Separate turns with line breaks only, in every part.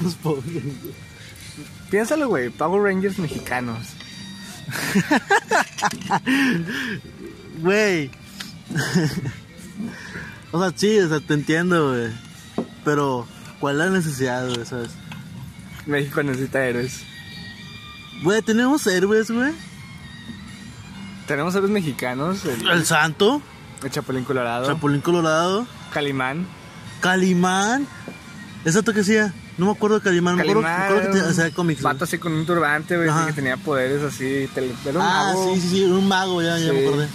Los pobres.
Piénsalo, güey. Power Rangers mexicanos.
Güey. o sea, sí, o sea, te entiendo, güey. Pero, ¿cuál es la necesidad, güey? ¿Sabes?
México necesita héroes.
Güey, tenemos héroes, güey.
Tenemos héroes mexicanos. El,
El Santo,
el Chapulín Colorado.
Chapulín Colorado,
Calimán.
Calimán. Exacto que hacía. No me acuerdo de Calimán, me acuerdo, me
Calimán.
acuerdo que te- hacía
un
cómics. güey.
Vato así con un turbante, güey.
Ajá.
Que tenía poderes así. tele- Era un
Ah,
mago.
sí, sí, sí, un mago, ya, ya
Sí.
me acordé.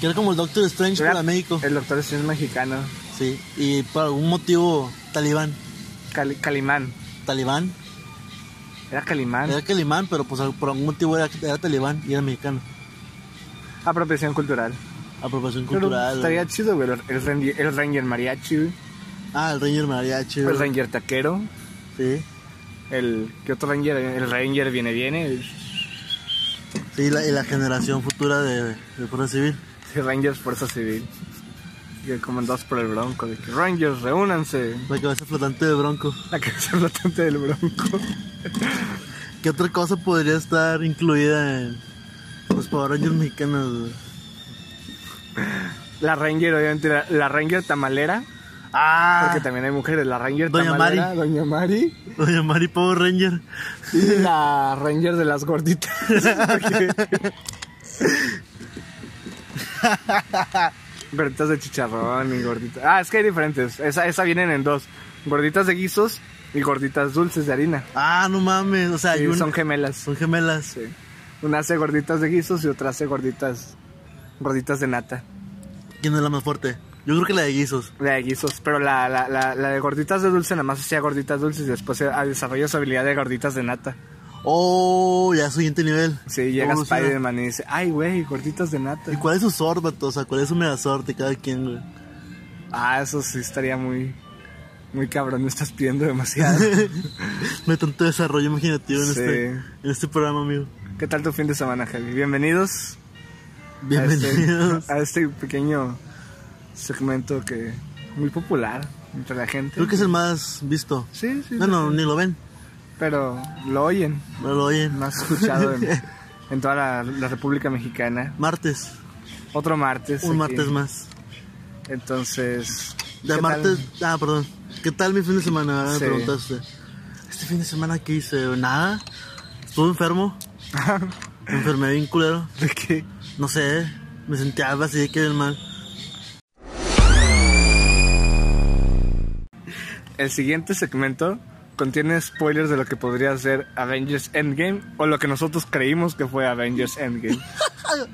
Que era como el Doctor Strange
Era
para México.
El doctor Strange mexicano.
Sí, y por algún motivo, Talibán.
Cali- Calimán.
Talibán.
Era Calimán.
Era Calimán, pero pues por algún motivo era, era Talibán y era mexicano.
Apropiación cultural.
Apropiación
Pero
cultural.
estaría chido, güey. El, el Ranger, el Ranger mariachi, güey.
Ah, el Ranger Mariachi.
el
güey.
Ranger taquero.
Sí.
El, ¿Qué otro Ranger? El Ranger viene, viene. El
Sí, la, y la generación futura de, de Fuerza Civil.
Rangers Fuerza Civil. Y Comandados por el Bronco. De que Rangers, reúnanse.
La cabeza flotante de Bronco.
La cabeza flotante del Bronco.
¿Qué otra cosa podría estar incluida en los Power Rangers mexicanos? güey?
La Ranger, obviamente. La, la Ranger tamalera.
Ah,
Porque también hay mujeres. La Ranger
Doña
tamalera. Doña Mari.
Doña Mari Power Ranger.
Y la Ranger de las gorditas. Porque- Gorditas de chicharrón y gorditas. Ah, es que hay diferentes. Esa, esa vienen en dos: gorditas de guisos y gorditas dulces de harina.
Ah, no mames. O sea, hay
Sí,
un-
son gemelas.
son gemelas.
Sí. Una hace gorditas de guisos y otra hace gorditas gorditas de nata.
¿Quién es la más fuerte? Yo creo que la de guisos.
La de guisos. Pero la, la, la, la de gorditas de dulce nada más hacía gorditas dulces y después eh, desarrolló su habilidad de gorditas de nata.
Oh, ya siguiente nivel.
Sí, llega
Evoluciona.
Spider-Man y dice: Ay, güey, gorditas de nata.
¿Y cuál es su sort, vato? O sea, ¿cuál es su mega sort de cada quien, güey?
Ah, eso sí estaría muy. Muy cabrón, me estás pidiendo demasiado.
No hay tanto desarrollo imaginativo en,
Sí.
este, en este programa, amigo.
¿Qué tal tu fin de semana, Javi? Bienvenidos a este-
Bienvenidos.
a este, pequeño segmento que muy popular entre la gente.
Creo que es el más visto.
Sí, sí.
No,
sí,
no,
sí.
ni lo ven.
Pero lo oyen,
No lo oyen.
no has escuchado en, en toda la, la República Mexicana.
Martes.
Otro martes.
Un
aquí.
martes más.
Entonces. ¿qué
De
tal?
martes. Ah, perdón. ¿Qué tal mi fin de semana? Me
Sí.
preguntaste. Este fin de semana, ¿qué hice? Nada. Estuve enfermo. Me enfermé bien culero.
¿De qué?
No sé. Me sentía así de que bien mal.
El siguiente segmento contiene spoilers de lo que podría ser Avengers Endgame o lo que nosotros creímos que fue Avengers Endgame.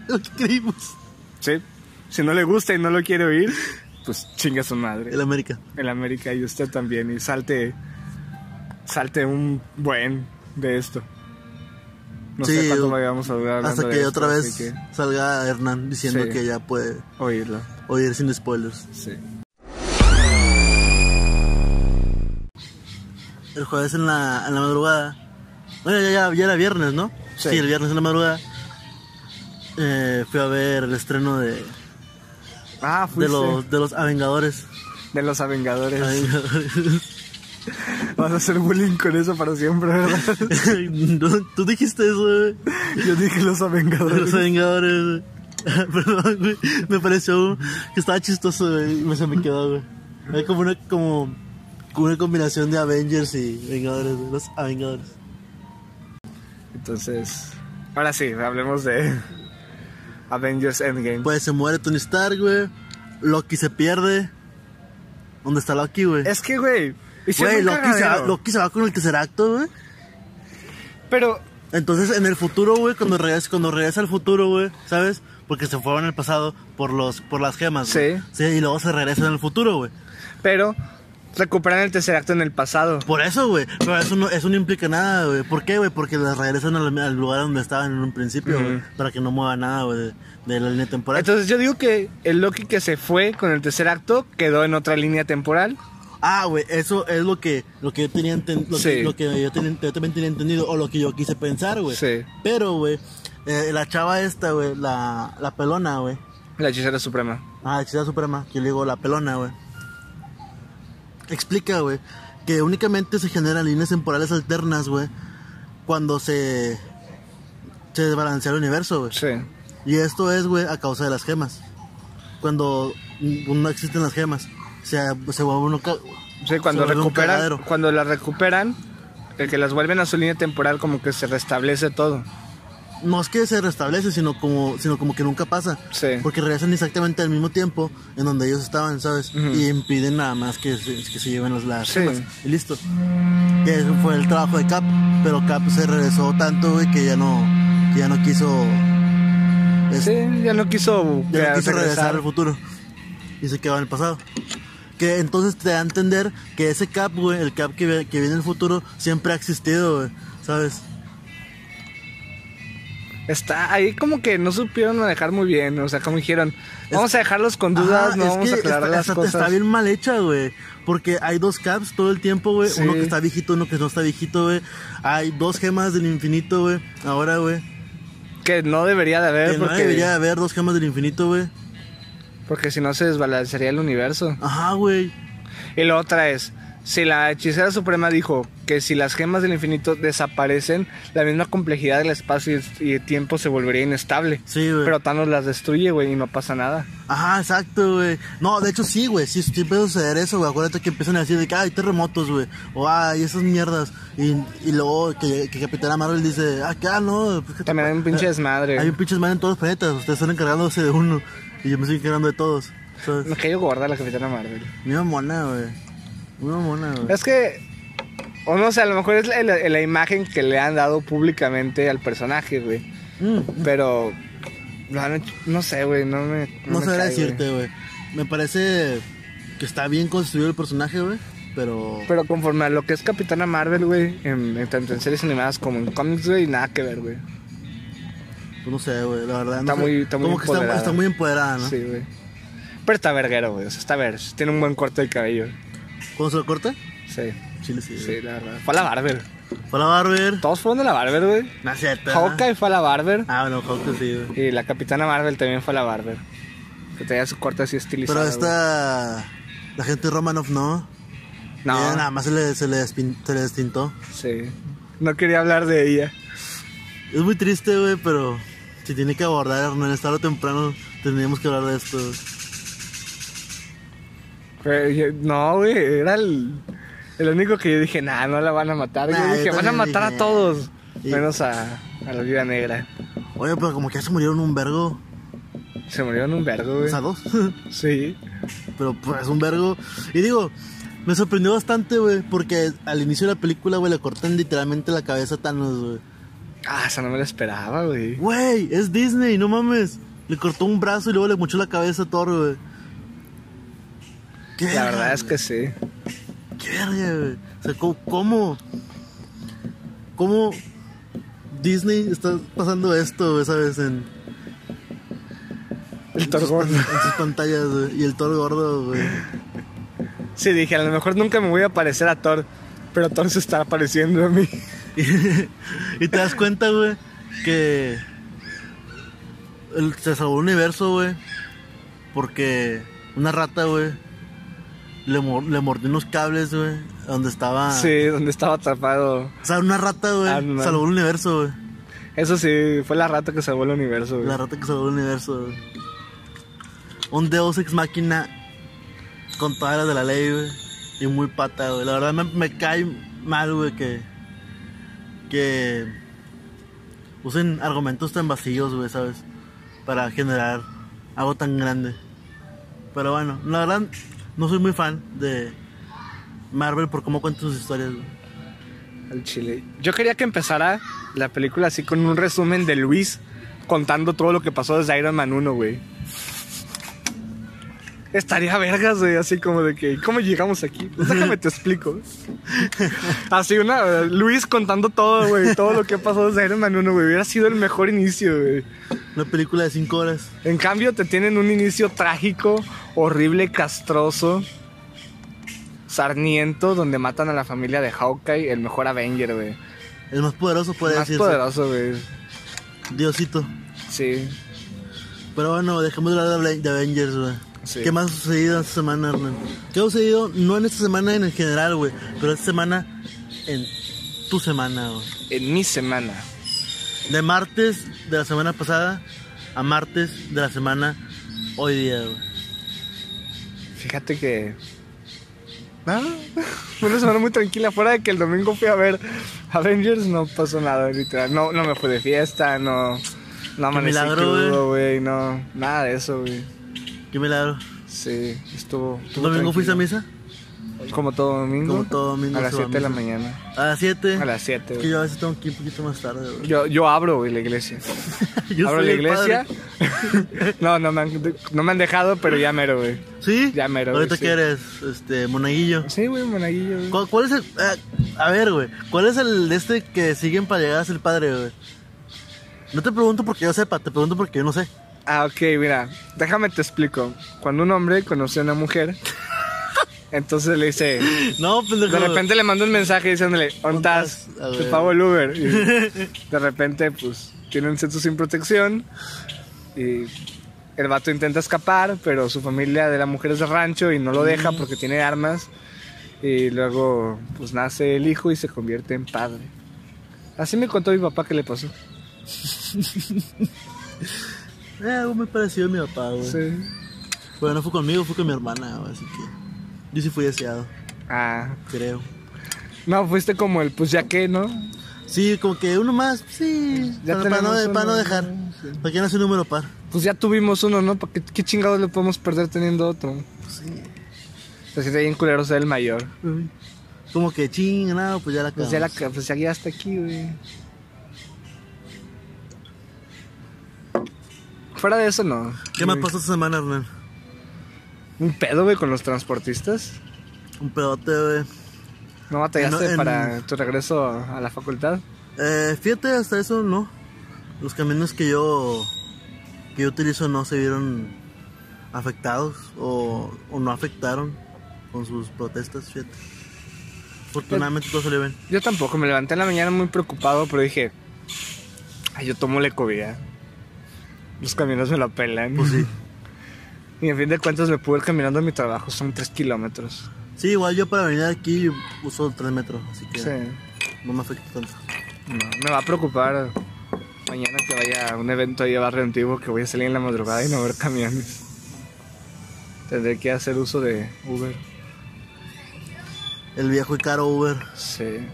Lo que creímos.
¿Sí? Si no le gusta y no lo quiere oír, pues chinga su madre.
El América.
El América y usted también. Y salte. Salte un buen de esto. No sé
Sí,
cuánto vayamos a durar. hablando
Hasta
de
que
esto,
otra vez
así que
salga Hernán diciendo
Sí.
que ya puede
Oírlo.
oír sin spoilers.
Sí.
El jueves en la, en la madrugada. Bueno, ya, ya, ya era viernes, ¿no?
Sí.
el viernes en la madrugada. eh, fui a ver el estreno de,
Ah,
de,
fuiste.
los, de los Avengadores.
de los Avengadores.
Avengadores.
Vas a hacer bullying con eso para siempre, ¿verdad?
No, Tú dijiste eso, güey.
Yo dije los
De los
Avengadores.
Avengadores, güey. Perdón, güey. Me pareció que estaba chistoso, güey. Y me se me quedó, güey. Hay como una, como, como una combinación de Avengers y Vengadores, güey. Los Avengadores.
Entonces, ahora sí, hablemos de Avengers Endgame.
Pues se muere Tony Stark, güey. Loki se pierde. ¿Dónde está Loki, güey?
es que, güey, hicieron
Güey, ah,
un
Loki se, va,
cagadero.
Loki se va con el Tesseract, güey.
Pero,
Entonces, en el futuro, güey, cuando regresa, cuando regresa al futuro, güey, ¿sabes? Porque se fueron al pasado por los por las gemas. güey.
Sí.
Sí, y luego se regresa en el futuro, güey.
pero, recuperan el tercer acto en el pasado.
Por eso, güey. Pero eso no, eso no implica nada, güey. ¿Por qué, güey? Porque las regresan al, al lugar donde estaban en un principio, güey. Para que no mueva nada, güey, de, de la línea temporal.
Entonces yo digo que el Loki que se fue con el tercer acto quedó en otra línea temporal.
Ah, güey, eso es lo que, lo que yo tenía enten- lo,
Sí.
que, lo que yo, tenía- yo también tenía entendido, o lo que yo quise pensar, güey.
Sí.
Pero, güey, eh, la chava esta, güey, la, la pelona, güey.
La hechicera suprema.
Ah, Hechicera Suprema, que yo le digo la pelona, güey. Explica, güey, que únicamente se generan líneas temporales alternas, güey, cuando se, se desbalancea el universo, güey.
Sí.
Y esto es, güey, a causa de las gemas. Cuando no existen las gemas, se, se vuelve uno ca-
Sí, cuando
se vuelve un
recuperan,
cagadero.
cuando las recuperan, el que las vuelven a su línea temporal como que se restablece todo.
No es que se restablece, sino como, sino como que nunca pasa.
Sí.
Porque regresan exactamente al mismo tiempo en donde ellos estaban, ¿sabes?
Ujú.
Y impiden nada más que se, que se lleven los las
Sí.
gemas. Y listo. Que eso fue el trabajo de Cap. Pero Cap se regresó tanto, güey, que ya no, que ya no quiso. es-
Sí, ya no quiso,
ya
crear-
no quiso regresar
regresar.
al futuro. Y se quedó en el pasado. Que entonces te da a entender que ese Cap, güey, el Cap que, ve- que viene en el futuro, siempre ha existido, güey, ¿sabes?
Está ahí como que no supieron manejar muy bien, o sea, como dijeron, vamos a dejarlos con dudas,
Ajá,
no
es
vamos a
que
aclarar
está,
las
está-
cosas.
está bien mal hecha, güey. Porque hay dos caps todo el tiempo, güey.
Sí.
Uno que está viejito, uno que no está viejito, güey. Hay dos gemas del infinito, güey. Ahora, güey.
Que no debería de haber
Que no
Eh, porque,
debería haber dos gemas del infinito, güey.
porque si no se desbalancearía el universo.
Ajá, güey.
Y la otra es, si la hechicera suprema dijo que si las gemas del infinito desaparecen, la misma complejidad del espacio y- y el tiempo se volvería inestable.
Sí, güey.
Pero Thanos las destruye, güey, y no pasa nada.
Ajá, exacto, güey. No, de hecho sí, güey. Sí, sí empieza a suceder eso, güey. Acuérdate que empiezan a decir de que hay terremotos, güey. O ay, esas mierdas. Y, y luego que, que Capitana Marvel dice, ah, que ah, no. pues, que te-
También hay un pinche desmadre.
Hay un pinche mal en todos los planetas. Ustedes están encargándose de uno. Y yo me estoy encargando de todos. ¿sabes?
Me cayó gorda la Capitana Marvel.
Mi mamona, güey. Mi mamona, güey.
Es que, o no sé, a lo mejor es la, la- la imagen que le han dado públicamente al personaje, güey.
Mm,
Pero, lo han hecho- no sé, güey, no me...
No sabré
me cae, güey.
decirte, güey. Me parece que está bien construido el personaje, güey. Pero.
Pero conforme a lo que es Capitana Marvel, güey, en, en tanto en series animadas como en cómics, güey, nada que ver, güey.
pues, No sé, güey. La verdad, no
Está
sé.
muy- está muy
Como que está,
empoderada.
está muy empoderada, Ah, ¿no?
Sí, güey. Pero está verguero, güey. O sea, está ver. Tiene un buen corte de cabello.
Cuando se lo corta,
Sí,
chile sí.
sí, la verdad. Fue a la Barber.
Fue a la Barber.
Todos fueron de la Barber, güey.
No es cierto. ¿no?
Hawkeye fue a la Barber.
Ah, bueno, Hawkeye sí, güey.
Y la Capitana Marvel también fue a la Barber. Que tenía su corte así estilizado.
Pero esta. La gente Romanoff no.
güey.
Ella
No,
nada más se le, se, le despin- se le destintó.
sí. No quería hablar de ella.
Es muy triste, güey, pero. Si tiene que abordar, Hernán, tarde o temprano, tendríamos que hablar de esto. güey.
Pero yo- no, güey. Era el, el único que yo dije, nah, no la van a matar.
Nah,
yo
yo
dije, van a
también
matar a
dije,
todos.
Y-
Menos a, a la Viuda Negra.
Oye, pero como que ya se murieron un vergo.
Se murieron un vergo,
O
güey.
sea, dos.
Sí.
pero pues un vergo. Y digo, me sorprendió bastante, güey. Porque al inicio de la película, güey, le cortan literalmente la cabeza a Thanos, güey.
Ah, esa no me la esperaba, güey.
Güey, es Disney, no mames. Le cortó un brazo y luego le mochó la cabeza a Thor, güey. Qué
La verdad
verga,
es que sí.
güey, Qué verga, güey. O sea, ¿cómo- ¿cómo? ¿Cómo Disney está pasando esto, güey, sabes? En,
El
en sus pan-
torgón.
en sus pantallas, güey. Y el Thor gordo, güey.
Sí, dije, a lo mejor nunca me voy a parecer a Thor, pero Thor se está apareciendo a mí.
y te das cuenta, güey, que el- se salvó el universo, güey, porque una rata, güey, le, mor- le mordió unos cables, güey, donde estaba...
Sí, Ah, donde estaba atrapado.
O sea, una rata, güey,
Ant-Man.
salvó el universo, güey.
Eso sí, fue la rata que salvó el universo, güey.
La rata que salvó el universo, güey. Un Deus Ex Máquina con todas las de la ley, güey. Y muy pata, güey. La verdad me, me cae mal, güey, que... Que... Usen argumentos tan vacíos, güey, ¿sabes? Para generar algo tan grande. Pero bueno, la verdad no soy muy fan de Marvel por cómo cuenta sus historias, güey.
Al chile. Yo quería que empezara la película así con un resumen de Luis contando todo lo que pasó desde Iron Man 1, güey. Estaría vergas, güey, así como de que, ¿cómo llegamos aquí? Pues déjame te explico. Así una, Luis contando todo, güey, todo lo que pasó desde Iron Man 1, güey. Hubiera sido el mejor inicio, güey.
Una película de 5 horas.
En cambio, te tienen un inicio trágico, horrible, castroso, sarniento, donde matan a la familia de Hawkeye, el mejor Avenger, güey.
El más poderoso puede
Más
decirse.
poderoso, güey.
Diosito.
Sí.
Pero bueno, dejemos de hablar de Aven- de Avengers, güey.
Sí.
¿Qué más ha sucedido esta semana, Hernán? ¿Qué ha sucedido? No en esta semana en general, güey, pero esta semana en tu semana, güey.
En mi semana.
De martes de la semana pasada a martes de la semana hoy día, güey.
Fíjate que. Nada. Fue una semana muy tranquila. Fuera de que el domingo fui a ver Avengers, no pasó nada, literal. No, no me fui de fiesta, no. No amanecí
milagro,
crudo, güey. No, nada de eso, güey.
Qué milagro.
Sí, estuvo.
¿Tu
estuvo
domingo
tranquilo.
fuiste a misa?
Como todo domingo.
Como todo domingo
A las
se va
7 de la
misa.
mañana.
A las 7.
A las 7,
Que
güey.
yo a veces tengo que ir un poquito más tarde, güey.
Yo, yo abro, güey, la iglesia.
Yo
abro
soy
la
el
iglesia.
padre.
no, no me, han, no me han dejado, pero ya mero, güey.
¿Sí?
Ya mero, güey,
Ahorita
sí.
que eres, este, monaguillo.
Sí, güey, monaguillo, güey.
¿Cuál, cuál es el. eh, a ver, güey. ¿Cuál es el de este que siguen para llegar a ser padre, güey? No te pregunto porque yo sepa, te pregunto porque yo no sé.
Ah, ok, mira, déjame te explico. Cuando un hombre conoce a una mujer, entonces le dice,
No, pendejo.
de repente le manda un mensaje diciéndole, ¿ontas?
A
Te
ver.
pago el Uber. Y de repente, pues, tienen sexo sin protección y el vato intenta escapar, pero su familia de la mujer es de rancho y no lo deja porque tiene armas. Y luego, pues, nace el hijo y se convierte en padre. Así me contó mi papá que le pasó.
Eh, algo muy parecido a mi papá, güey.
Sí.
Pero no fue conmigo, fue con mi hermana, güey. Así que. Yo sí fui deseado,
Ah,
creo.
no, fuiste como el, pues, ya que, ¿no?
Sí, como que uno más, sí.
Ya
para, para no,
tenemos
para no
uno,
dejar.
sí.
Para que no sea un número par.
Pues ya tuvimos uno, ¿no? ¿Para qué, qué chingados le podemos perder teniendo otro?
Sí.
Se siente bien culero ser el mayor.
Como que ching, nada, pues ya la
Pues ya, la, ca- pues ya hasta aquí, güey. Fuera de eso, no.
¿Qué más
Güey.
pasó esta semana, Hernán?
Un pedo, güey, con los transportistas.
Un pedote, güey.
¿No batallaste
Ah, En- en-
para tu regreso a la facultad?
Eh, fíjate, hasta eso no. Los caminos que yo que yo utilizo no se vieron afectados o, o no afectaron con sus protestas, fíjate. Afortunadamente todo salió bien.
Yo tampoco, me levanté en la mañana muy preocupado, pero dije... Ay, yo tomo la ecovía. Los caminos me la pelan.
Pues sí.
Y en fin de cuentas me pude ir caminando a mi trabajo, son 3 kilómetros.
Sí, igual yo para venir aquí yo uso 3 metros, así que
Sí.
no me afecta tanto.
No, me va a preocupar mañana que vaya a un evento ahí a Barrio Antiguo que voy a salir en la madrugada y no ver camiones. Tendré que hacer uso de Uber.
El viejo y caro Uber.
Sí.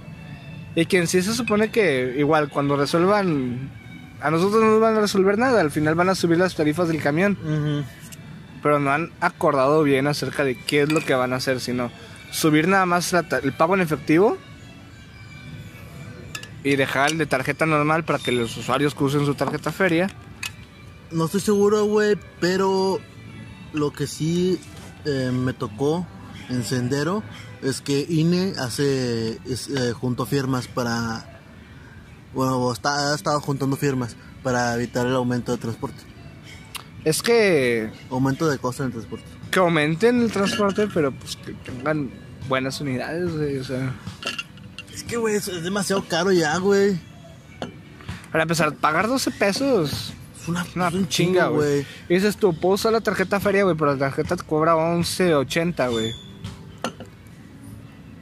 Y que en sí se supone que igual cuando resuelvan... A nosotros no nos van a resolver nada, al final van a subir las tarifas del camión,
Ujú.
pero no han acordado bien acerca de qué es lo que van a hacer, sino subir nada más la ta- el pago en efectivo y dejar el de tarjeta normal para que los usuarios que usen su tarjeta feria
No estoy seguro, güey, pero lo que sí eh, me tocó en Sendero es que INE hace es, eh, junto firmas para. Bueno, o está, ha estado juntando firmas para evitar el aumento de transporte.
Es que,
Aumento de costos en el transporte.
que aumenten el transporte, pero pues que tengan buenas unidades, güey. O sea,
Es que, güey, es, es demasiado caro ya, güey.
para empezar, pagar 12 pesos.
Es una,
Una
es un
pues, chinga,
chingo,
güey. Y dices tú, puedo usar la tarjeta feria, güey, pero la tarjeta te cobra 11.80, güey.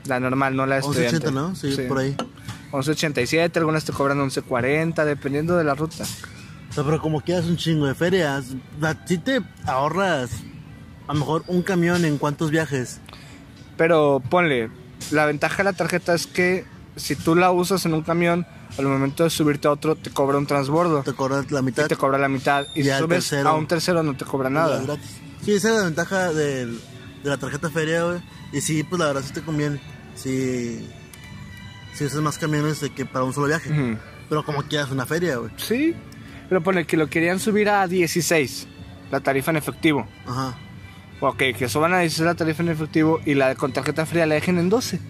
La normal, no la de estudiante.
11.80, ¿no? Sí, por ahí.
11.87, algunas te cobran 11.40, dependiendo de la ruta.
O sea, pero como quieras un chingo de ferias. A ti te ahorras a lo mejor un camión en cuántos viajes.
Pero ponle, la ventaja de la tarjeta es que si tú la usas en un camión, al momento de subirte a otro, te cobra un transbordo.
Te cobras la
y
mitad.
te cobra la mitad. Y
Y
si
al
subes
tercero.
a un tercero no te cobra
Y
nada.
gratis. Sí, esa es la ventaja del- de la tarjeta feria, güey. Y sí, pues la verdad sí te conviene. Si, si usas más camiones de que para un solo viaje.
Ujú.
Pero como quieras una feria, güey.
Sí. Pero pone que lo querían subir a 16, la tarifa en efectivo.
Ajá.
Ok, que suban a 16 la tarifa en efectivo y la de- con tarjeta fría la dejen en 12,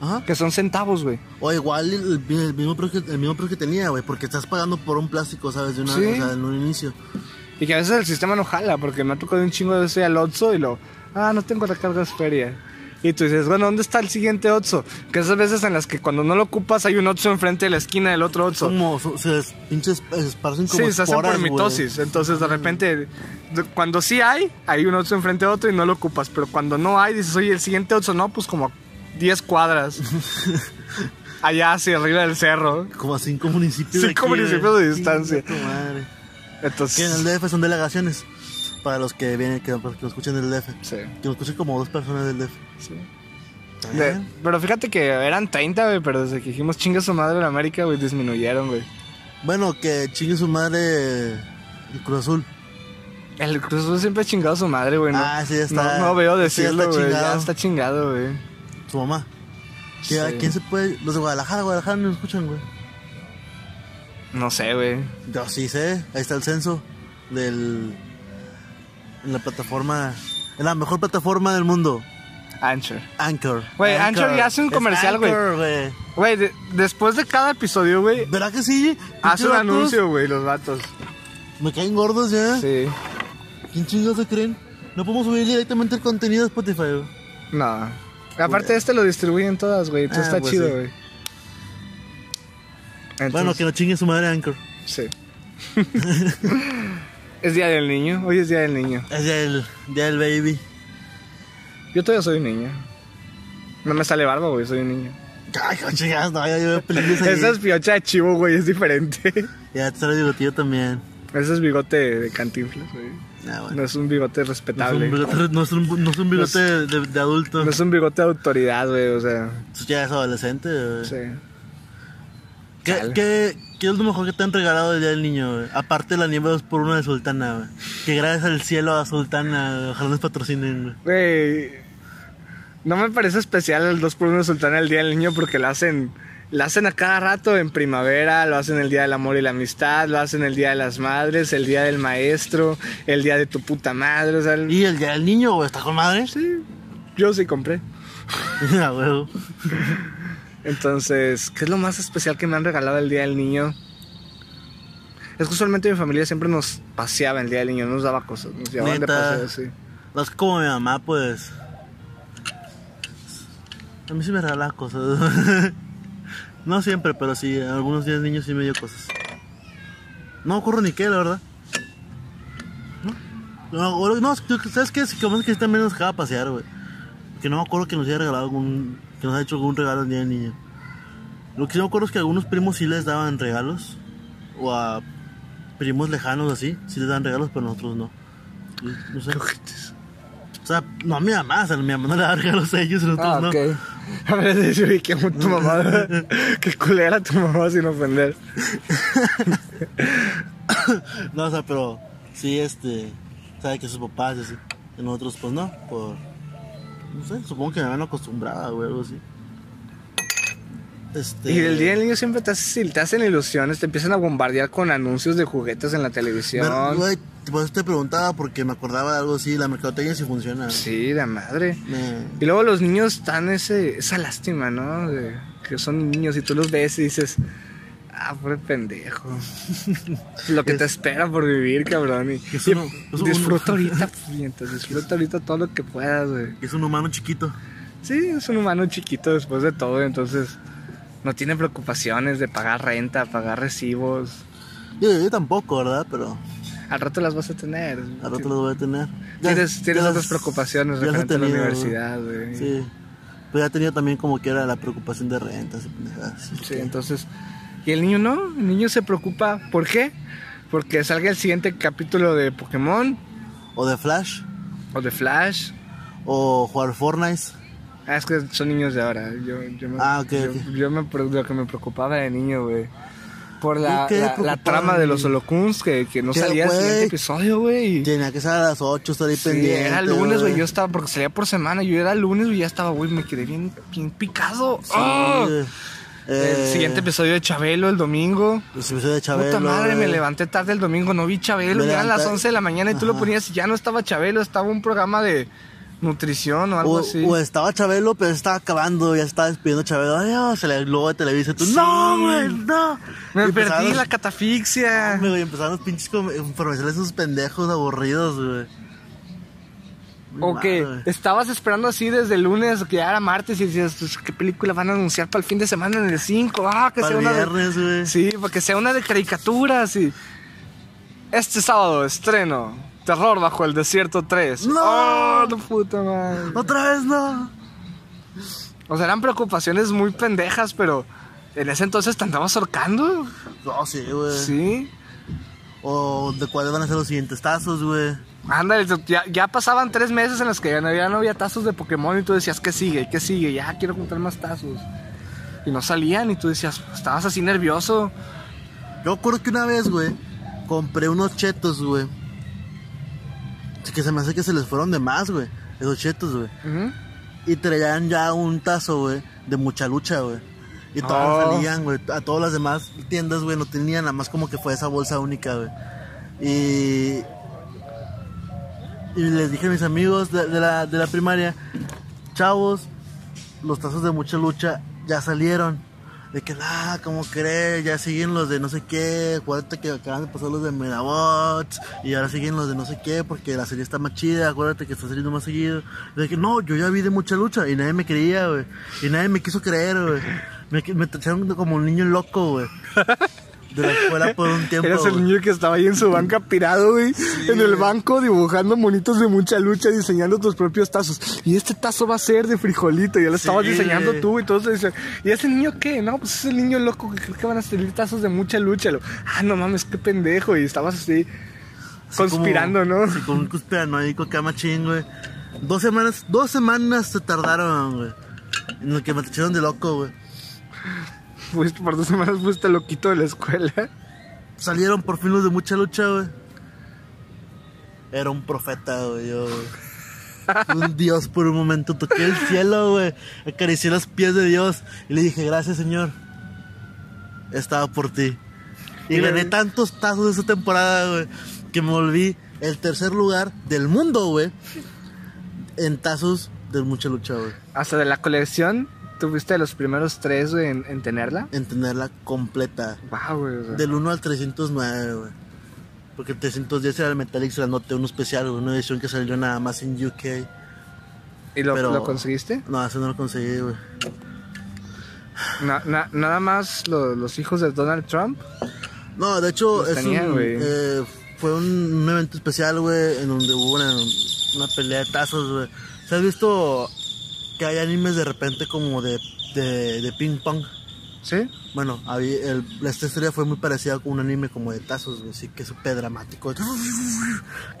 Ajá.
que son centavos, güey.
O igual el, el mismo precio que, el mismo precio que tenía, güey. Porque estás pagando por un plástico, ¿sabes? De una,
Sí.
o sea, en un inicio.
Y que a veces el sistema no jala, porque me ha tocado un chingo de ese al Otso y lo. Ah, no tengo recargas feria. Y tú dices, bueno, ¿dónde está el siguiente Otso? Que esas veces en las que cuando no lo ocupas hay un Otso enfrente de la esquina del otro Otso.
Como so- se des- pinches se esparcen Mm, como
Sí, se hacen por
esporas, güey. Mm.
mitosis. Entonces, de repente, de- cuando sí hay, hay un Otso enfrente de otro y no lo ocupas. Pero cuando no hay, dices, oye, el siguiente Otso no, pues como a 10 cuadras. Allá hacia arriba del cerro.
Como a cinco municipios. de
Cinco
aquí, güey.
municipios de
Chinga
distancia.
tu madre. Que en el
Entonces,
DF son delegaciones. Para los que vienen, que, para los que nos escuchen del DF.
sí,
Que nos escuchen como dos personas del DF.
sí.
¿Está
De-
bien?
pero fíjate que eran 30, güey, pero desde que dijimos chinga su madre en América, güey, disminuyeron, güey.
Bueno, que chingue su madre el Cruz Azul.
El Cruz Azul siempre ha chingado a su madre, güey. ¿no?
Ah, sí, ya está-
No, no veo
sí, ya está
decirlo, güey. Ya
chingado.
está chingado, güey.
Su mamá. Que,
Sí.
¿Quién se puede? Los de Guadalajara, Guadalajara no nos escuchan, güey.
No sé, güey.
Yo sí sé, ahí está el censo del en la plataforma, en la mejor plataforma del mundo,
Anchor.
Anchor.
Güey, Anchor ya hace un
Es
comercial, güey.
Anchor, güey.
Güey, de- después de cada episodio, güey,
¿Verdad que sí?
hace
Pinches vatos,
un
Ah.
anuncio, güey, los vatos.
Me caen gordos ya.
Sí.
¿Quién chingados se creen? No podemos subir directamente el contenido a Spotify. güey.
No. Aparte, este lo distribuyen todas, güey. Entonces
Ah,
está
pues
chido,
sí.
güey. Entonces,
Bueno, que no chingue su madre Anchor.
Sí. es Día del Niño. Hoy es Día del Niño.
Es ya el, ya el baby.
Yo todavía soy un niño. No me sale barba, güey, soy un niño.
Ay, no chingas, no, ya yo veo pelillos ahí.
Esa es piocha de chivo, güey, es diferente.
Ya te sale divertido también.
Ese es bigote de cantinflas, güey.
Ah, bueno.
No es un bigote
No es
respetable.
un bigote, no es un, no es un bigote de, de adulto.
No es un bigote de autoridad, güey, o sea.
Ya es adolescente. güey.
Sí.
¿Qué,
Chale.
qué, qué es lo mejor que te han regalado el día del niño? güey? Aparte de la nieve 2 por 1 de Sultana, güey. Que gracias al cielo a Sultana, güey, ojalá nos patrocinen, eh. güey.
Güey. No me parece especial el 2x1 de Sultana el Día del Niño porque lo hacen. Lo hacen a cada rato en primavera, lo hacen el Día del Amor y la Amistad, lo hacen el Día de las Madres, el Día del Maestro, el Día de tu puta madre, o sea. el-
¿Y el día del niño, güey? ¿Está con madre?
Sí, yo sí compré.
Ah, güey.
Entonces, ¿qué es lo más especial que me han regalado el Día del Niño? Es que usualmente mi familia siempre nos paseaba el Día del Niño, nos daba cosas, nos llevaban de
Neta.
paseo, sí.
No es como mi mamá, pues. A mí sí me regalaba cosas. no siempre, pero sí, algunos días niños sí me dio cosas. No ocurre ni qué, la verdad. No, no, ahora- no, ¿sabes qué? Si como es que también nos dejaba pasear, güey. Que no me acuerdo que nos haya regalado algún. que nos haya hecho algún regalo el día del niño. Lo que sí me acuerdo es que algunos primos sí les daban regalos. O a primos lejanos así, sí les dan regalos, pero nosotros no. No sé. O sea, no a mi mamá, o sea, mi mamá no le da regalos a ellos, nosotros
Ah,
no.
ok. A ver, yo vi que amo tu mamá. Qué culera tu mamá sin ofender.
No, o sea, pero sí, este, sabe que sus papás y así. Y nosotros, pues no, por. No sé, supongo que me habían acostumbrada, güey, algo así. Este.
Y el día del niño siempre te, hace- te hacen ilusiones, te empiezan a bombardear con anuncios de juguetes en la
Me-
televisión.
Güey, por eso te preguntaba porque me acordaba de algo así, la mercadotecnia sí funciona.
Sí, la madre.
Me-
Y luego los niños están ese, esa lástima, ¿no? De que son niños y tú los ves y dices, ah, pobre pendejo. Lo que te espera por vivir, cabrón. Y,
Es
y
uno- es uno-
disfruta ahorita, puñetas, disfruta ahorita todo lo que puedas, güey.
Es un humano chiquito.
Sí, es un humano chiquito después de todo, entonces no tiene preocupaciones de pagar renta, pagar recibos.
Yo, yo tampoco, ¿verdad? Pero
Al rato las vas a tener.
al rato los voy a tener. Ya-
Tienes, tienes
ya
otras
las-
preocupaciones
ya las he
referente a la
tenido, güey.
universidad, güey.
Sí. Pero ya tenía también como que era la preocupación de rentas y pendejadas.
Sí, entonces. Y el niño no, el niño se preocupa. ¿Por qué? Porque salga el siguiente capítulo de Pokémon
O de Flash.
o de Flash.
O jugar Fortnite.
Ah, es que son niños de ahora. Yo, yo me,
Ah, ok,
yo-
ok.
yo me pre- lo que me preocupaba de niño, güey. Por la,
Yo quedé
la- la
preocupado,
trama de
güey.
los Holocuns que, que no
Que,
salía el siguiente
güey.
episodio, güey. y-
Tenía que ser a las 8, estar ahí
sí,
pendiente.
era lunes, güey. Yo estaba, porque salía por semana. Yo era lunes, güey. Ya estaba, güey. Me quedé bien, bien picado.
Sí.
¡Ah! El
Eh,
siguiente episodio de Chabelo el domingo.
Los episodios de Chabelo. eh.
Puta madre,
güey.
me levanté tarde el domingo, no vi Chabelo,
Me
ya eran las
levanté-
11 de la mañana y tú lo
Ajá.
ponías y ya no estaba Chabelo, estaba un programa de nutrición o algo
O,
así.
o estaba Chabelo, pero estaba acabando, ya estaba despidiendo a Chabelo. Adiós, se le globo de Televisa. y Tú,
Sí.
no, güey, no.
Me
Y
perdí
empezaron-
la catafixia.
Hombre, güey, empezaron los pinches com- comerciales esos pendejos aburridos, güey.
O que
madre.
estabas esperando así desde el lunes, que ya era martes, y decías, pues, ¿qué película van a anunciar para el fin de semana en el 5? Ah, que
Para
sea
el
una de-
viernes, güey.
Sí, para que sea una de caricaturas y... Este sábado estreno, Terror bajo el desierto 3.
¡No!
¡Oh, tu puta madre!
Otra vez no.
O sea, eran preocupaciones muy pendejas, pero en ese entonces te andabas ahorcando.
No, sí, güey.
Sí.
O de cuáles van a ser los siguientes tazos, güey.
Ándale, tú- ya, ya pasaban tres meses en los que ya no, ya no había tazos de Pokémon y tú decías, ¿qué sigue? ¿Qué sigue? Ya quiero comprar más tazos. Y no salían y tú decías, estabas así nervioso.
Yo recuerdo que una vez, güey, compré unos chetos, güey. Así Que se me hace que se les fueron de más, güey. Esos chetos, güey.
Ujú.
Y traían ya un tazo, güey, de mucha lucha, güey. Y todas
Oh.
salían, güey. A todas las demás tiendas, güey, no tenían nada más como que fue esa bolsa única, güey. Y. Y les dije a mis amigos de, de la, de la primaria, chavos, los tazos de mucha lucha ya salieron. De que, ah, ¿cómo crees? Ya siguen los de no sé qué. Acuérdate que acaban de pasar los de Medabots. Y ahora siguen los de no sé qué porque la serie está más chida. Acuérdate que está saliendo más seguido. Y de que, no, yo ya vi de mucha lucha. Y nadie me creía, güey. Y nadie me quiso creer, güey. Me, me trataron como un niño loco, güey. De la escuela por un tiempo.
Eras
güey.
el niño que estaba ahí en su banca pirado, güey. en el banco dibujando monitos de mucha lucha, diseñando tus propios tazos. Y este tazo va a ser de frijolito. Ya lo estabas
Sí.
diseñando tú y todos te decían, ¿y ese niño qué? No, pues es el niño loco que cree que van a salir tazos de mucha lucha. Lo, ah, no mames, qué pendejo. Y estabas así
Así como-
conspirando, ¿no?
Sí, con un conspiranoico acá machín, güey. Dos semanas, dos semanas se tardaron, güey. En lo que me echaron de loco, güey.
Fuiste- por dos semanas fuiste loquito de la escuela.
Salieron por fin los de mucha lucha, güey. Era un profeta, güey, yo, güey. Fui Un dios por un momento. Toqué el cielo, güey. Acaricié los pies de Dios. Y le dije, gracias, señor. Estaba por ti. Y
Mira,
gané
güey.
tantos tazos esa temporada, güey. Que me volví el tercer lugar del mundo, güey. En tazos de mucha lucha, güey.
Hasta de la colección, tuviste los primeros tres, güey, en, en tenerla.
En tenerla completa.
Wow, güey. o sea.
Del 1 al 309, güey. Porque el 310 era el Metallic Granote, uno especial, güey, una edición que salió nada más en UK.
¿Y lo,
pero-
lo conseguiste?
No, eso no lo conseguí, güey.
Na- na- nada más lo- los hijos de Donald Trump.
No, de hecho,
Los
es
tenía,
un,
güey.
eh, fue un, un evento especial, güey, en donde hubo una, una pelea de tazos, güey. ¿Se has visto que hay animes de repente como de, de, de ping pong?
¿Sí?
Bueno, había- el- esta historia fue muy parecida con un anime como de tazos, güey, así que súper dramático.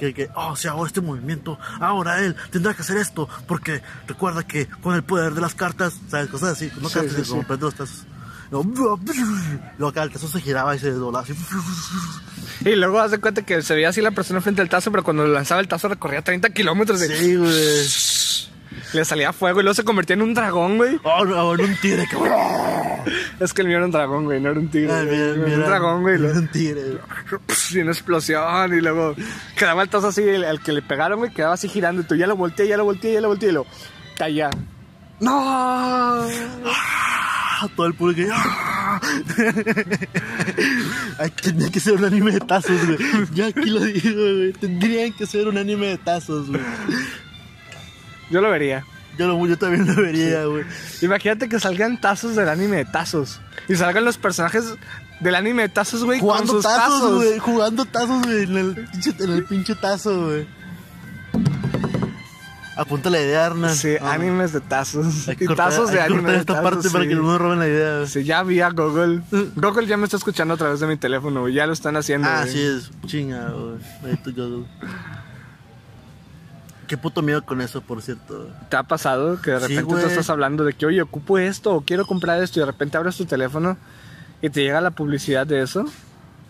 Que, que, oh, si hago este movimiento, ahora él tendrá que hacer esto, porque recuerda que con el poder de las cartas, ¿sabes? Cosas así, no
Sí,
cartas,
sí,
sino
sí.
como prende los tazos. Luego, luego acá el tazo se giraba y se doblaba así.
Y luego hace cuenta que se veía así la persona frente al tazo, pero cuando lo lanzaba el tazo recorría 30 kilómetros. y
Sí, güey.
Le salía fuego y luego se convertía en un dragón, güey.
Oh, no, en un tigre, cabrón.
Es que el mío era un dragón, güey, no era un tigre.
Ay,
güey,
mira,
era un
mira,
dragón, güey. y
mira,
luego-
Un tigre.
Y una explosión y luego quedaba el tazo así, el- al que le pegaron, güey, quedaba así girando. Y tú ya lo volteé, ya lo volteé, ya lo volteé y lo caía. ¡No!
Ah, Todo el público. ¡ah! Ay, Tenía que ser un anime de tazos, güey. Ya aquí lo digo, güey. Tendrían que ser un anime de tazos, güey.
Yo lo vería.
Yo, lo, yo también lo vería, güey.
Imagínate que salgan tazos del anime de tazos. Y salgan los personajes del anime de tazos, güey, con
Jugando
sus
tazos,
tazos.
güey. Jugando tazos, güey. En el pinche, en el pinche tazo, güey. Apunta la idea, Arna.
Sí, animes de tazos. Y tazos de anime de
esta
tazos,
parte para
sí.
que no Mm. me roben la idea, güey.
Sí, ya vi a Google. Google ya me está escuchando a través de mi teléfono, güey. Ya lo están haciendo.
Ah,
güey.
sí es. Chinga, güey. Ahí tú, yo, güey. Qué puto miedo con eso, por cierto, güey.
¿Te ha pasado que de
Sí,
repente
güey.
tú estás hablando de que, oye, ocupo esto o quiero comprar esto y de repente abres tu teléfono y te llega la publicidad de eso?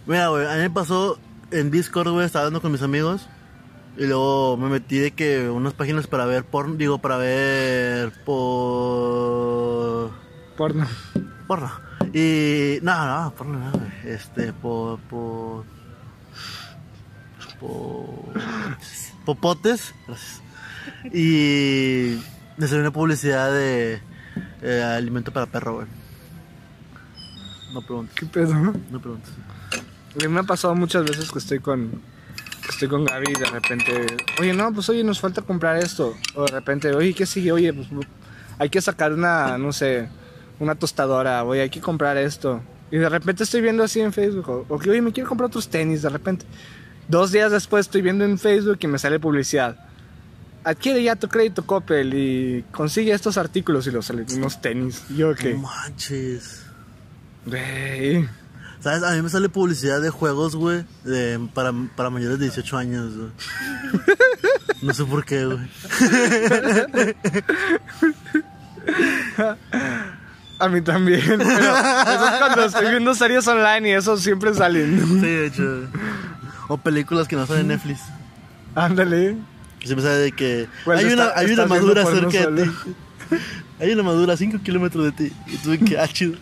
Mira, güey, a mí me pasó en Discord, güey, estaba hablando con mis amigos. Y luego me metí de que unas páginas para ver porno, digo, para ver por...
Porno.
porno. Y... No, no, porno, no, güey. Este, por... por... por... popotes. Gracias. Y... Me salió una publicidad de eh, alimento para perro, güey. No preguntes,
¿Qué pedo?
no preguntes.
A mí me ha pasado muchas veces que estoy con, que estoy con Gaby y de repente, oye, no, pues oye, nos falta comprar esto. O de repente, oye, ¿qué sigue? Oye, pues hay que sacar una, no sé, una tostadora, oye, hay que comprar esto. Y de repente estoy viendo así en Facebook, o o que, oye, me quiero comprar otros tenis, de repente. Dos días después estoy viendo en Facebook y me sale publicidad. Adquiere ya tu crédito Coppel y consigue estos artículos y los unos tenis. Y Yo
No
que,
manches.
güey,
¿Sabes? A mí me sale publicidad de juegos, güey, de- para, para mayores de 18 años, güey. No sé por qué, güey.
a mí también. Pero eso es cuando estoy viendo series online y eso siempre salen.
Sí, de hecho. O películas que no salen en Netflix.
Ándale.
Que siempre sale de que
Pues
hay,
está-
una, hay una
estás viendo
madura
porno
cerca de ti.
solo.
Hay una madura a 5 kilómetros de ti. Y tú, que ah, chido.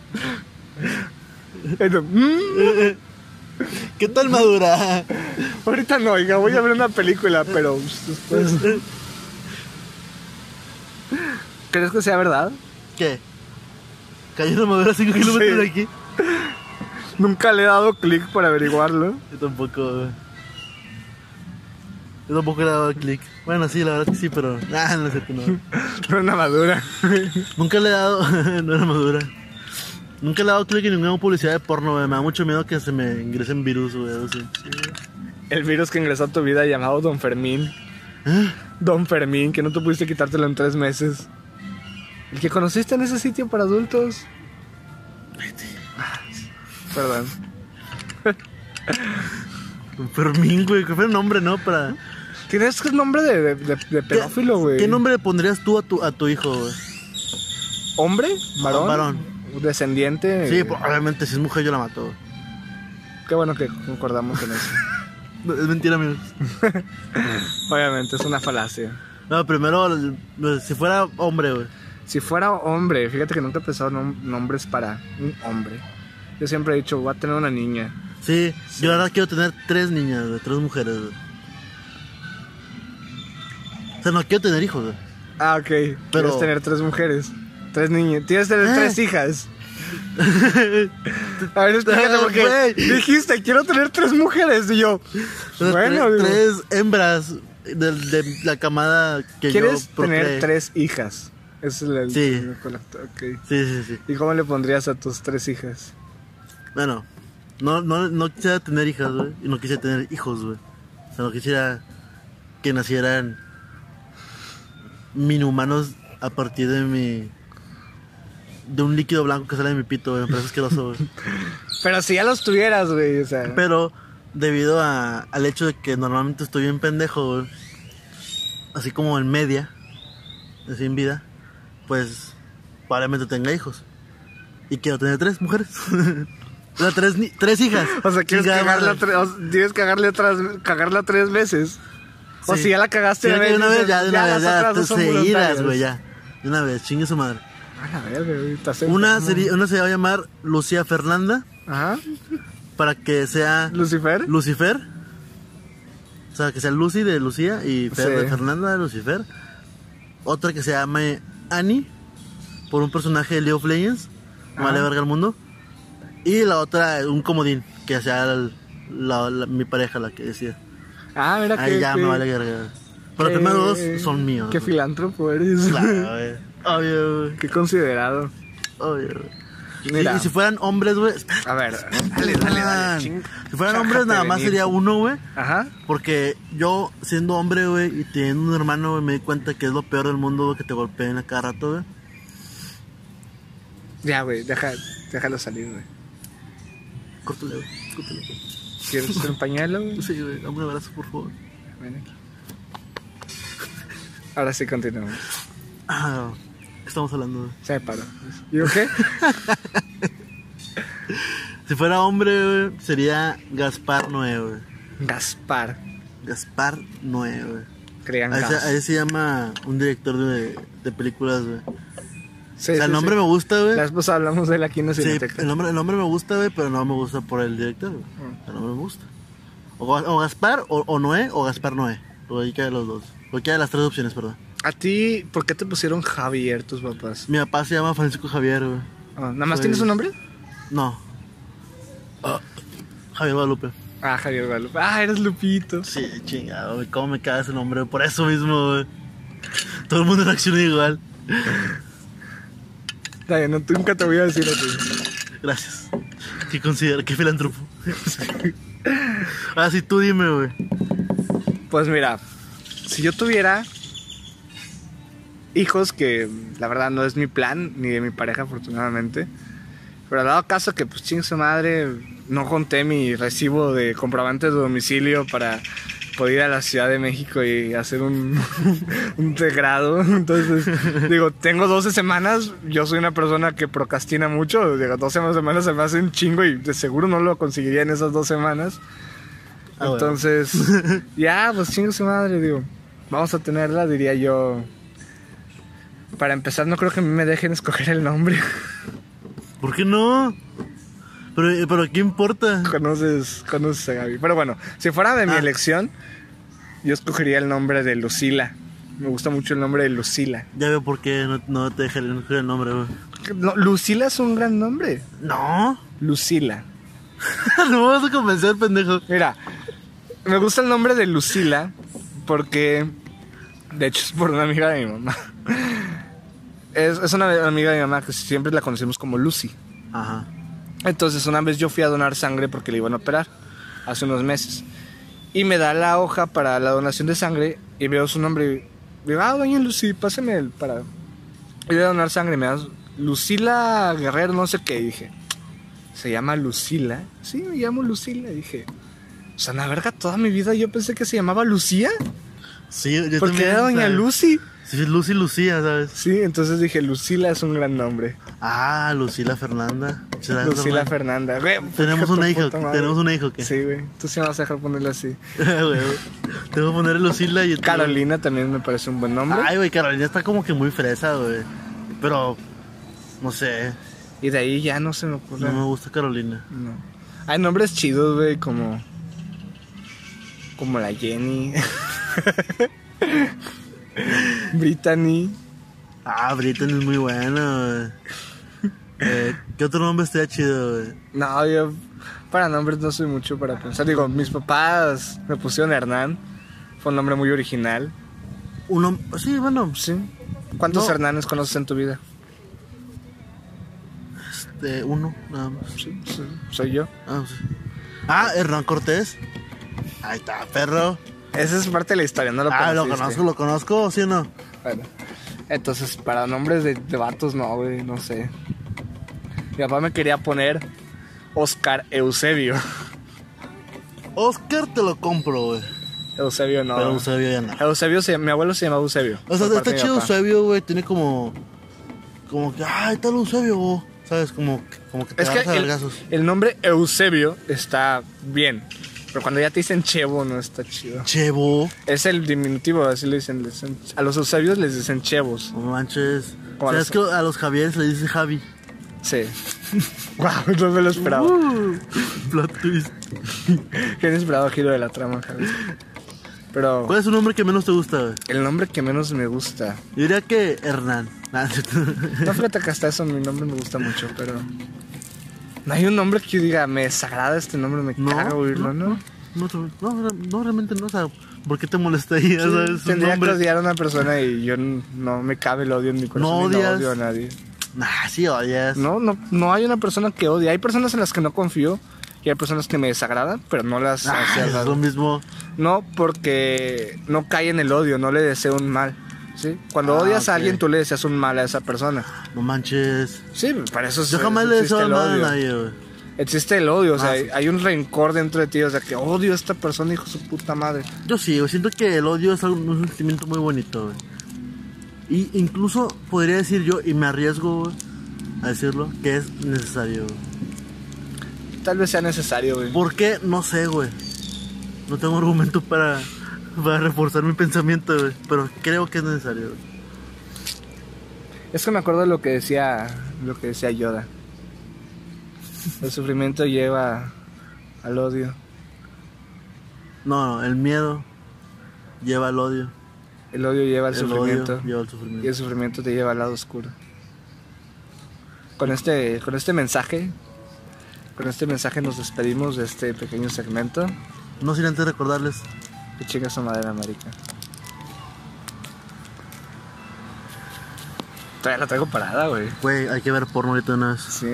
Pero, mm,
¿Qué tal madura?
ahorita no, oiga, voy a ver una película, pero pues, después. ¿Crees que sea verdad?
¿Qué? Que hay una madura a 5 kilómetros
Sí.
de aquí.
Nunca le he dado clic para averiguarlo.
Yo tampoco, güey. Yo tampoco le he dado clic. Bueno, sí, la verdad que sí, pero. Ah, no sé que no.
Pero una madura.
Nunca le he dado. no era madura. Nunca le he dado clic en ninguna publicidad de porno, güey. Me da mucho miedo que se me ingresen virus, güey. algo así.
El virus que ingresó a tu vida llamado Don Fermín. Don Fermín, que no te pudiste quitártelo en tres meses. El que conociste en ese sitio para adultos. Ah, Perdón.
Don Fermín, güey. ¿Qué fue el nombre, no? Para.
Tienes que nombre de, de, de- de pedófilo, güey.
¿Qué nombre le pondrías tú a tu, a tu hijo, güey?
¿Hombre? ¿Varón?
varón.
¿Descendiente?
Sí, pues, obviamente, si es mujer, yo la mato. güey.
Qué bueno que concordamos en eso.
No, es mentira, amigos.
Obviamente, es una falacia.
No, primero, eh, si fuera hombre, güey.
Si fuera hombre, fíjate que nunca he pensado nom- nombres para un hombre. Yo siempre he dicho, voy a tener una niña.
Sí, yo la verdad quiero tener tres niñas, güey, tres mujeres, güey. O sea, no quiero tener hijos, güey.
Ah, ok. Quieres tener tres mujeres. Tres niñas. Tienes que tener
Eh.
tres hijas. A ver, explícate porque
Güey.
dijiste, quiero tener tres mujeres. Y yo,
O sea,
bueno,
tres,
digo,
tres hembras de, de la camada que
quieres
yo procreé.
tener tres hijas. Es el, el-
Sí.
el- ok.
Sí, sí, sí.
¿Y cómo le pondrías a tus tres hijas?
Bueno, no, no, no quisiera tener hijas, güey. Y no quisiera tener hijos, güey. O sea, no quisiera que nacieran minihumanos a partir de mi... De un líquido blanco que sale de mi pito, güey. Me parece asqueroso, güey.
Pero si ya los tuvieras, güey, o sea.
Pero debido a- al hecho de que normalmente estoy bien pendejo, güey, así como en media, así en vida, pues probablemente tenga hijos. Y quiero tener tres mujeres. o sea, tres, ni- tres hijas.
O sea, quieres
Chingada
cagarla,
madre.
tre- o sea, tienes cagarle otras, cagarla tres veces. O
Sí.
si ya la
Sí,
cagaste
de una vez, ya, de una vez,
las
ya,
otras
tres
dos son
seguidas,
voluntarias.
güey, ya. De una vez, chingue su madre.
A la verga, güey, estás
Una,
enfermo.
sería, una se va a llamar Lucía Fernanda,
Ajá.
para que sea
Lucifer.
Lucifer. O sea, que sea Lucy de Lucía y Fer
Sí.
de Fernanda de Lucifer. Otra que se llame Annie, por un personaje de Leo of Legends, vale verga el mundo. Y la otra, un comodín, que sea el- la- la- mi pareja, la que decía.
Ah, mira
Ahí
que.
ya
que- Eh,
me vale verga. Pero los
que-
primeros dos son míos.
Qué
güey.
filántropo eres.
Claro, güey. Obvio, güey.
Qué considerado.
Obvio, güey.
Mira.
Y, y si fueran hombres, güey. espera,
A ver, dale, dale, dale. ching-
Si fueran
chájate
hombres, nada
de
más
mí.
sería uno, güey.
Ajá.
Porque yo, siendo hombre, güey, y teniendo un hermano, güey, me di cuenta que es lo peor del mundo, güey, que te golpeen a cada rato, güey.
Ya, güey, deja, déjalo salir, güey.
Córtale, güey, córtale.
¿Quieres un pañuelo, güey?
Sí, güey, dame un abrazo, por favor.
Ven aquí. Ahora sí continuamos.
Ah, ¿qué estamos hablando, güey?
Se me paró. ¿Y yo qué?
Si fuera hombre, güey, sería Gaspar Noé, güey.
Gaspar.
Gaspar Noé, güey.
Crean
Ahí se,
Gas.
ahí se llama un director de, de películas, güey.
Sí,
o sea,
sí,
el nombre
sí.
me gusta, güey.
La vez pasada hablamos de él aquí en la
Pues Sí,
Cineteca.
el nombre, el nombre me gusta, güey, pero no me gusta por el director, güey. El nombre me gusta. O, Ga- o Gaspar, o, o Noé, o Gaspar Noé. Cualquiera de los dos. Cualquiera de las tres opciones, perdón.
¿A ti por qué te pusieron Javier tus papás?
Mi papá se llama Francisco Javier, güey. Pues
Ah, ¿Nada más
Soy-
tienes un nombre?
No. Ah, Javier Guadalupe.
Ah, Javier Guadalupe. Ah, eres Lupito.
Sí, chingado, güey. ¿Cómo me caga ese nombre? güey? Por eso mismo, güey. Todo el mundo reacciona igual.
Está bien, no, nunca te voy a decir eso.
Gracias. ¿Qué considera? ¿Qué filántropo? Ahora sí, tú dime, güey.
Pues mira, si yo tuviera hijos, que la verdad no es mi plan, ni de mi pareja afortunadamente, pero dado caso que pues ching su madre, no conté mi recibo de comprobantes de domicilio para poder ir a la Ciudad de México y hacer un, un degrado. Entonces, digo, tengo 12 semanas, yo soy una persona que procrastina mucho, digo, 12 semanas se me hace un chingo y de seguro no lo conseguiría en esas dos semanas.
Ah, bueno.
Entonces, ya, pues chingo su madre, digo. Vamos a tenerla, diría yo. Para empezar, no creo que me dejen escoger el nombre.
¿Por qué no? Pero, pero ¿qué importa?
conoces, conoces a Gaby. Pero bueno, si fuera de mi
Ah.
elección, yo escogería el nombre de Lucila. Me gusta mucho el nombre de Lucila.
Ya veo por qué no, no te dejé el el nombre, güey.
No, Lucila es un gran nombre.
No.
Lucila.
no me vas a convencer, pendejo.
Mira, me gusta el nombre de Lucila porque, de hecho, es por una amiga de mi mamá. Es, es una amiga de mi mamá que siempre la conocemos como Lucy.
Ajá.
Entonces, una vez yo fui a donar sangre porque le iban a operar hace unos meses. Y me da la hoja para la donación de sangre y veo su nombre. Y digo, ah, doña Lucy, páseme el para. Y voy a donar sangre. Me da Lucila Guerrero, no sé qué. Y dije, ¿se llama Lucila? Sí, me llamo Lucila. Y dije, o sea, la verga, toda mi vida yo pensé que se llamaba Lucía.
Sí, yo también.
Porque era doña
¿sabes?
Lucy.
Sí, es Lucy Lucía, ¿sabes?
Sí, entonces dije, Lucila es un gran nombre.
Ah, Lucila Fernanda. ¿Será
Lucila
Fernanda?
Fernanda. Güey,
Tenemos
tu
una hija,
puta madre.
tenemos una hija, ¿qué?
Sí, güey. Tú sí me vas a dejar ponerle así.
Ah, Güey, Te voy a poner Lucila y...
Carolina también me parece un buen nombre.
Ay, güey, Carolina está como que muy fresa, güey. Pero... No sé.
Y de ahí ya no se me ocurre.
No me gusta Carolina.
No. Hay nombres chidos, güey, como. Como la Jenny. Brittany.
Ah, Britney es muy buena, güey. Eh, ¿Qué otro nombre estaría chido, güey?
No, yo. Para nombres no soy mucho para pensar. Digo, mis papás me pusieron Hernán. Fue un nombre muy original.
Un nom- Sí, bueno, pues,
Sí. ¿Cuántos
No.
Hernanes conoces en tu vida?
este, uno, nada más.
Sí, sí, Soy yo.
Ah, sí. Ah, Hernán Cortés. Ahí está, perro.
Esa es parte de la historia, no lo
ah, lo
conociste.
conozco, lo conozco, ¿sí o no?
Bueno, entonces para nombres de, de vatos no, güey, no sé. Mi papá me quería poner Oscar Eusebio.
Oscar te lo compro, güey.
Eusebio no.
Pero Eusebio ya no.
Eusebio se- mi abuelo se llamaba Eusebio.
O sea,
por parte
está
de mi
chido
papá.
Eusebio, güey. Tiene como. Como que. Ah, ahí está el Eusebio, güey. ¿Sabes? Como, como que te
Es que
agarras a
el,
vergazos.
el nombre Eusebio está bien, pero cuando ya te dicen Chevo no está chido.
Chevo.
Es el diminutivo, así le dicen. le dicen- a los Eusebios les dicen Chevos.
No manches.
¿Cuál
¿Sabes
es?
que a los Javieres le dice Javi?
Sí. wow, no me lo esperaba.
Uh, plot twist.
Qué inesperado giro de la trama, Javi. Pero
¿Cuál es un nombre que menos te gusta, güey?
el nombre que menos me gusta.
Yo diría que Hernán. Ah, Nah,
No, fíjate que hasta eso mi nombre me gusta mucho, pero. No hay un nombre que yo diga, me desagrada este nombre, me
No,
caga oírlo,
no,
¿no?
No, te- no, no, realmente no, o sea, ¿por qué te molestaría?
Sí,
¿sabes? Su
tendría
nombre.
que odiar a una persona y yo n- no me cabe el odio en mi corazón.
No
y
odias.
odio a nadie.
Nah, sí odias.
No, no, no hay una persona que odie. Hay personas en las que no confío y hay personas que me desagradan, pero no las.
Ah,
hacia
es
las-
lo mismo.
No, porque no cae en el odio, no le deseo un mal. ¿sí? Cuando
Ah,
odias a
ok.
alguien, tú le deseas un mal a esa persona.
No manches.
Sí, para Pues, eh, eso
Yo
se-
jamás le
existe
deseo
el
nada a
odio.
nadie, güey.
Existe el odio, o sea,
Ah, sí.
hay un rencor dentro de ti, o sea, que odio a esta persona, hijo de su puta madre.
Yo sí, güey, siento que el odio es algo- un sentimiento muy bonito, güey. Y incluso podría decir yo, y me arriesgo güey, a decirlo, que es necesario. güey.
Tal vez sea necesario, güey.
¿Por qué? No sé, güey. No tengo argumento para, para reforzar mi pensamiento, güey. Pero creo que es necesario, güey.
Es que me acuerdo de lo que decía, lo que decía Yoda. El sufrimiento lleva al odio.
No, no, el miedo lleva al odio.
El odio lleva al
el
sufrimiento.
odio lleva al
Y el
sufrimiento.
sufrimiento te lleva al lado oscuro. Con este, con este mensaje Con este mensaje nos despedimos de este pequeño segmento.
No sin antes recordarles
Que chinga su madre, América. Todavía la traigo parada, güey.
Güey, hay que ver porno ahorita de una vez.
Sí.